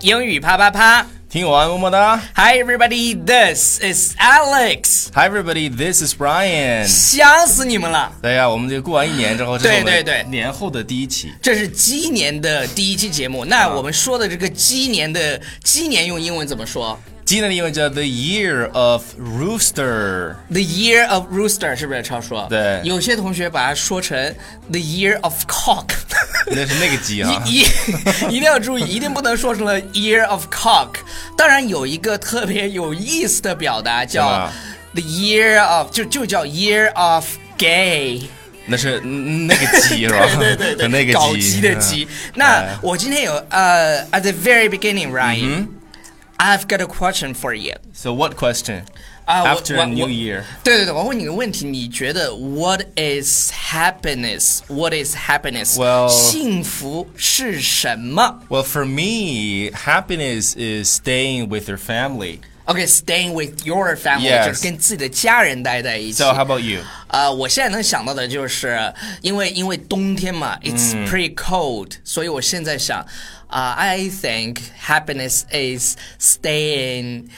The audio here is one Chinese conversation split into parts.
英语啪啪啪听完么么哒！Hi everybody, this is Alex。 ，Hi everybody, this is Brian。想死你们了！对呀、我们这过完一年之后，这是对我们对对年后的第一期。这是鸡年的第一期节目。那我们说的这个鸡年的鸡年用英文怎么说今年的英文叫 The Year of Rooster， ？The Year of Rooster 是不是超说？对有些同学把它说成 The Year of Cock。那是那个鸡 啊。 一一一定要注意，一定不能说成了 year of cock。当然有一个特别有意思的表达叫吧 the year of，就就叫 year of gay。那是嗯那个鸡是吧？ 对对对，那个搞鸡基的鸡。那哎我今天有呃、at the very beginning, Ryan,、I've Mm-hmm. got a question for you. Uh, So what question? 啊我 After 我 New 我 Year，对对对，我问你个问题，你觉得 what is happiness? What is happiness? Well- 幸福是什么 well for me, happiness is staying with your family. ？OK，staying、with your family、 Yes 就是跟自己的家人待在一起。 So how about you? 呃，我现在能想到的就是，因为因为冬天嘛，it's 嗯 pretty cold，、所以我现在想，啊、i think happiness is staying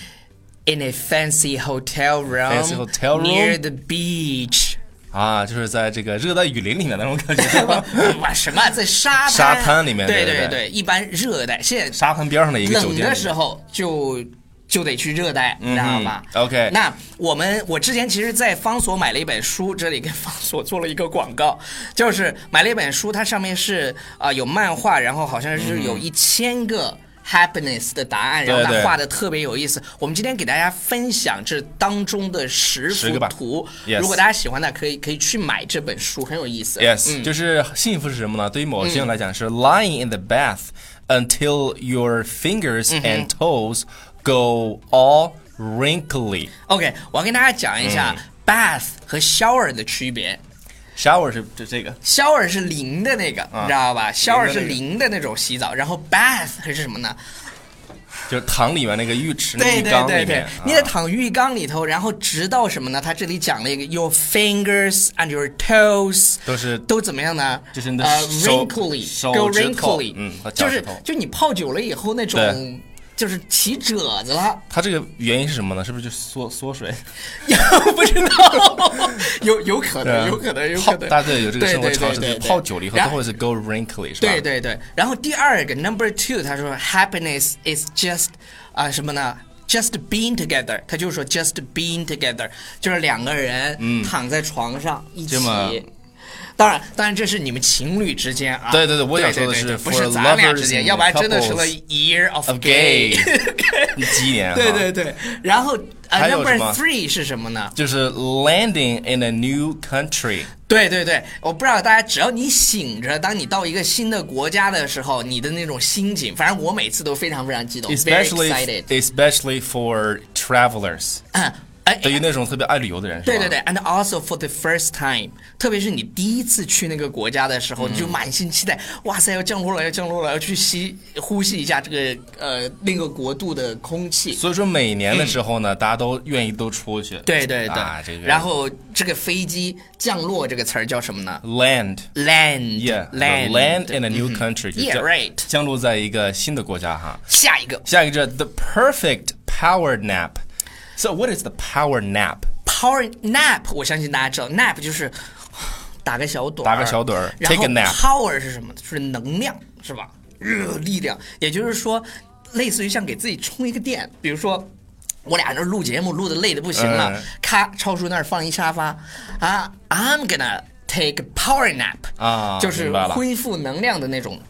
in a fancy hotel room, Fancy hotel room? near the beach。啊，就是在这个热带雨林里面那种感觉，哇，什么啊在沙滩？沙滩里面对对对对一般热带现在沙滩边上的一个酒冷的店里面。嗯时候就。就得去热带，你知道吧 OK 那我们我之前其实，在方所买了一本书，这里跟方所做了一个广告，就是买了一本书，它上面是啊、呃有漫画，然后好像是有一千个 happiness 的答案，然后嗯对它对画的特别有意思。我们今天给大家分享这当中的十十幅个吧图， Yes 如果大家喜欢的，可以可以去买这本书，很有意思。 Yes，、就是幸福是什么呢？对于某些人来讲是 lying in the bath until your fingers and toes go all wrinkly。 OK，我要跟大家讲一嗯下 bath 和 shower 的区别。 Shower 是这这个 shower 是淋的那个，你知道吧？shower 啊是淋淋的那个的那种洗澡，然后 bath 是什么呢？就是躺里面那个浴池、那对浴对缸对里对面。，你啊得躺浴缸里头，然后直到什么呢？他这里讲了一个 your fingers and your toes 都是都怎么样呢？就是你的呃手 wrinkly 手 go 指头 wrinkly，嗯和就脚趾是头就你泡久了以后那种对就是起褶子 了。它这个原因是什么呢？是不是就缩缩 水？不知道，有有可能，有可能，有可啊泡能。大家有这个对生活对常识，对就是对泡久了以后然都会是 go wrinkly，是吧？对对对，然后第二个 number two，他说 happiness is just 啊、什么呢？Just being together，他就说 just being together，就是两个人躺在床上一起嗯这么。当然，当然这是你们情侣之间啊。对对对我想对说的对是对不 for 是咱俩之 lovers 间， and 要不然真的 couples 成了 year of of gay gay 鸡年。对对。对，然后呃还有什，number 么 three 是什么呢？就是 landing in a new country，对对对，我不知道大家，只要你醒着，当你到一个新的国家的时候，你的那种心情，反正我每次都非常非常激动，very especially excited。 especially for travelers，嗯哎，对于那种特别爱旅游的人，是吧对对对，and also for the first time，特别是你第一次去那个国家的时候，嗯你就满心期待，哇塞，要降落了，要降落了，要去吸呼吸一下这个呃那个国度的空气。所以说每年的时候呢，大家都愿意都出去。嗯对对对，啊，这个然后这个飞机降落这个词儿叫什么呢 land。Yeah, ？land，land，land land in a new country，、嗯就 Yeah, 降 right 降落在一个新的国家哈。下一个下一个是 the perfect power nap。So what is the power nap？ power nap，我相信大家知道，nap 就是打个小盹儿，打个小盹儿然后 take a nap power 是什么？是能量，是吧？热力量，也就是说，类似于像给自己充一个电，比如说。我俩这录节目录的累的不行了嗯，咔、超叔那儿放一沙发，啊，I'm gonna take a power nap，啊就是明白了恢复能量的那种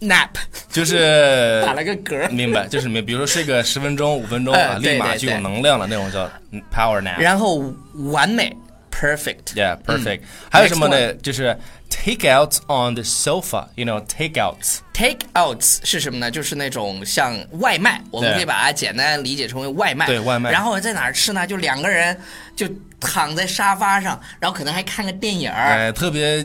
nap，就是打了个嗝儿。明白，就是明，比如说睡个十分钟、五分钟呃啊，对立马对就有对能量了，那种叫 power nap。然后完美，perfect， Yeah, perfect. 还有什么嗯 Next 呢？就是 takeouts on the sofa. You know, takeouts. Take outs 是什么呢？就是那种像外卖，我们对可以把它简单理解成为外卖。对外卖然后在哪儿吃呢？就两个人就躺在沙发上，然后可能还看个电影儿。哎，特别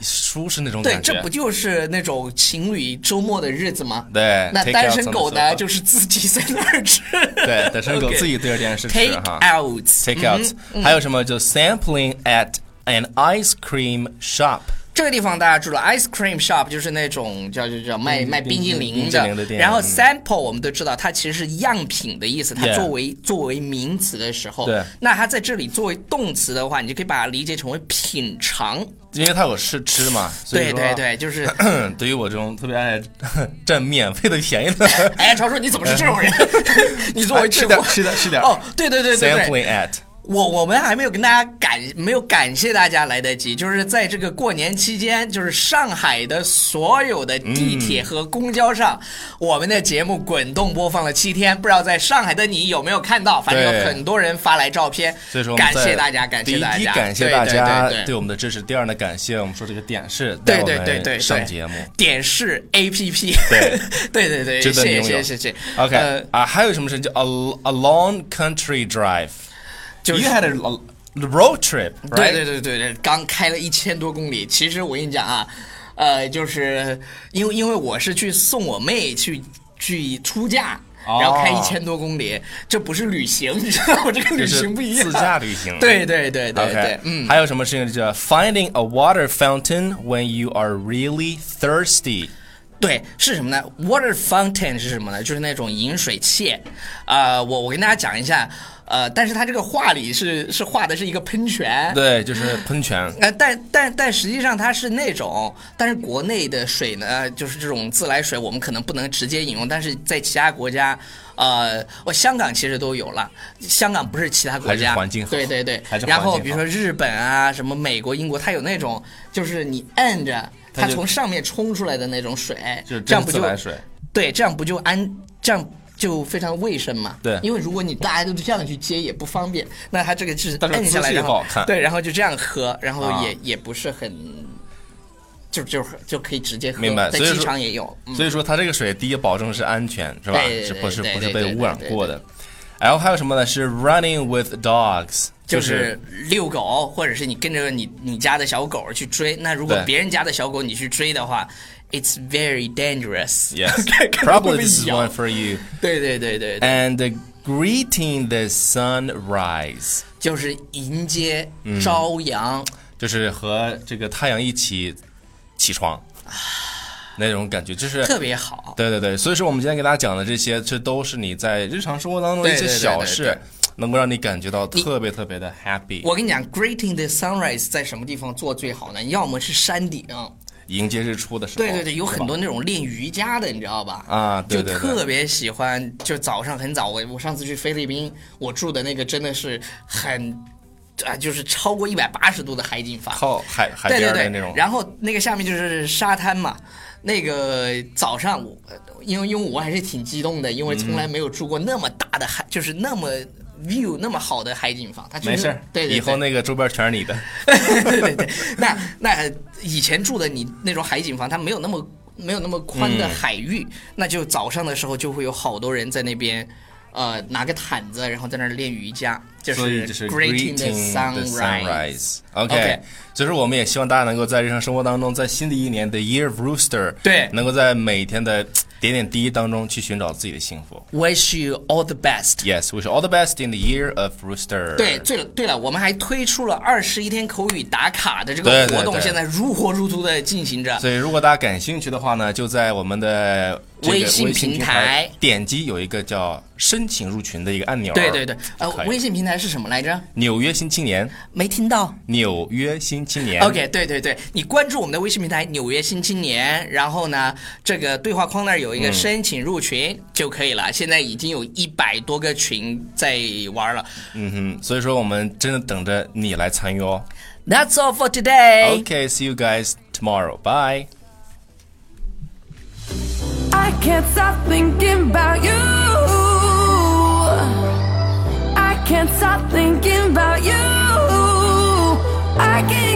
舒适那种对，感觉。这不就是那种情侣周末的日子吗？对那 take 单身 outs on the 狗呢， sofa 就是自己在那儿吃。对，单身狗 OK 自己对着电视吃 Take 哈。 outs，嗯 takeouts，、还有什么就 sampling at an ice cream shop。这个地方大家知道，ice cream shop 就是那种叫就叫卖卖冰激凌嗯冰激凌的店然后嗯 sample 我们都知道它其实是样品的意思，它 Yeah 作为作为名词的时候，对那它在这里作为动词的话，你就可以把它理解成为品尝。因为它有试吃嘛，所对以说对对，就是， 对于我这种特别爱 占免费的便宜的，哎，常叔你怎么是这 种人？ 你作为啊吃吃点货吃点吃点哦，对对对对对， sampling at，我我们还没有跟大家感没有感谢大家来得及，就是在这个过年期间，就是上海的所有的地铁和公交嗯上，我们的节目滚动播放了七天，不知道在上海的你有没有看到？反正对有很多人发来照片，所以说我们感谢在大家，感谢大第一家，感谢大家对对对对对。我们的支持，第二呢，感谢我们说这个点是对带我对对们对，上节目。点是 A P P，对 对对对，值谢得你谢拥谢有谢谢。 OK 呃啊，还有什么事叫 a a long country drive？就是 You had a l- road trip, 对 right? 对对对对，刚开了一千多公里。其实我跟你讲啊，呃，就是因为因为我是去送我妹去去出嫁。哦然后开一千多公里，这不是旅行，你知道吗？这跟旅行不一样。自驾旅行啊对对对对 OK，对，嗯，还有什么事情叫 finding a water fountain when you are really thirsty？对，是什么呢？Water fountain 是什么呢？就是那种饮水器。呃，我我跟大家讲一下，呃，但是它这个画里是是画的是一个喷泉，对，就是喷泉。呃，但但但实际上它是那种，但是国内的水呢，就是这种自来水，我们可能不能直接饮用，但是在其他国家，呃，我香港其实都有了，香港不是其他国还家，是环境好对对对还是，环境然好后比如说日本啊，什么美国、英国，它有那种就是你摁着它它就从上面冲出来的那种水，就是这样不真就自来水对，这样不就安这样。就非常卫生嘛，对因为如果你大家都这样去接也不方便，那它这个是但是摁下姿来势也然不后好看对，然后就这样喝，然后啊也、也不是很，就就就可以直接喝，明白在所以机说场也有，嗯，所以说它这个水，第一保证是安全，是吧？对对是对不是对不对是被对污染对对过的？然后还有什么呢？是 running with dogs，就是是遛狗，或者是你跟着你你家的小狗去追，那如果对别人家的小狗你去追的话，it's very dangerous， yes 可能会 probably 被 this is 咬 one for you 对对对对对， and greeting the sunrise，就是迎接嗯朝阳。就是和这个太阳一起起床那种感觉，就是特别好，对对对，所以说我们今天给大家讲的这些，这都是你在日常生活当中的一对些对对小对事，对能够让你感觉到特别特别的 happy，我跟你讲，greeting the sunrise 在什么地方做最好呢？要么是山顶，迎接日出的时候。对对对，有哦是吧很多那种练瑜伽的，你知道吧？啊对对对就特别喜欢，就早上很早，我我上次去菲律宾，我住的那个真的是很，啊，就是超过一百八十度的海景房，靠海海对边对儿的对，那种。然后那个下面就是沙滩嘛。那个早上我，呃因为因为我还是挺激动的，因为嗯从来没有住过那么大的海，就是那么 view 那么好的海景房。它就是没事儿，对对对，以后那个周边全是你的。对对对，那那以前住的你那种海景房，它没有那么没有那么宽嗯的海域，那就早上的时候就会有好多人在那边，呃，拿个毯子，然后在那儿练瑜伽，就所以是就是 greeting the the sunrise。 sunrise。OK， OK 所以说我们也希望大家能够在日常生活当中，在新的一年的 Year of Rooster，对能够在每天的嘖点点滴滴当中去寻找自己的幸福。 Wish you all the best。 Yes, wish you all the best in the Year of Rooster。对，对了，对了，我们还推出了二十一天口语打卡的这对个对活动，对现在如火如荼的进行着。 所以，如果大家感兴趣的话呢，就在我们的这个微微信信平台台点击有一个叫“申请入群”的一个按钮。啊对对对，呃就可，以微信平台是什么来着？纽约新青年，没听到。纽约新青年。 OK，对对对，你关注我们的微信平台《纽约新青年》，然后呢，这个对话框那儿有一个申请入群就可以了。现在已经有一百多个群在玩了。嗯哼，所以说我们真的等着你来参与哦。 That's all for today. OK，see you guys tomorrow. Bye. I can't stop thinking about you. I can't stop thinking about you. I can't.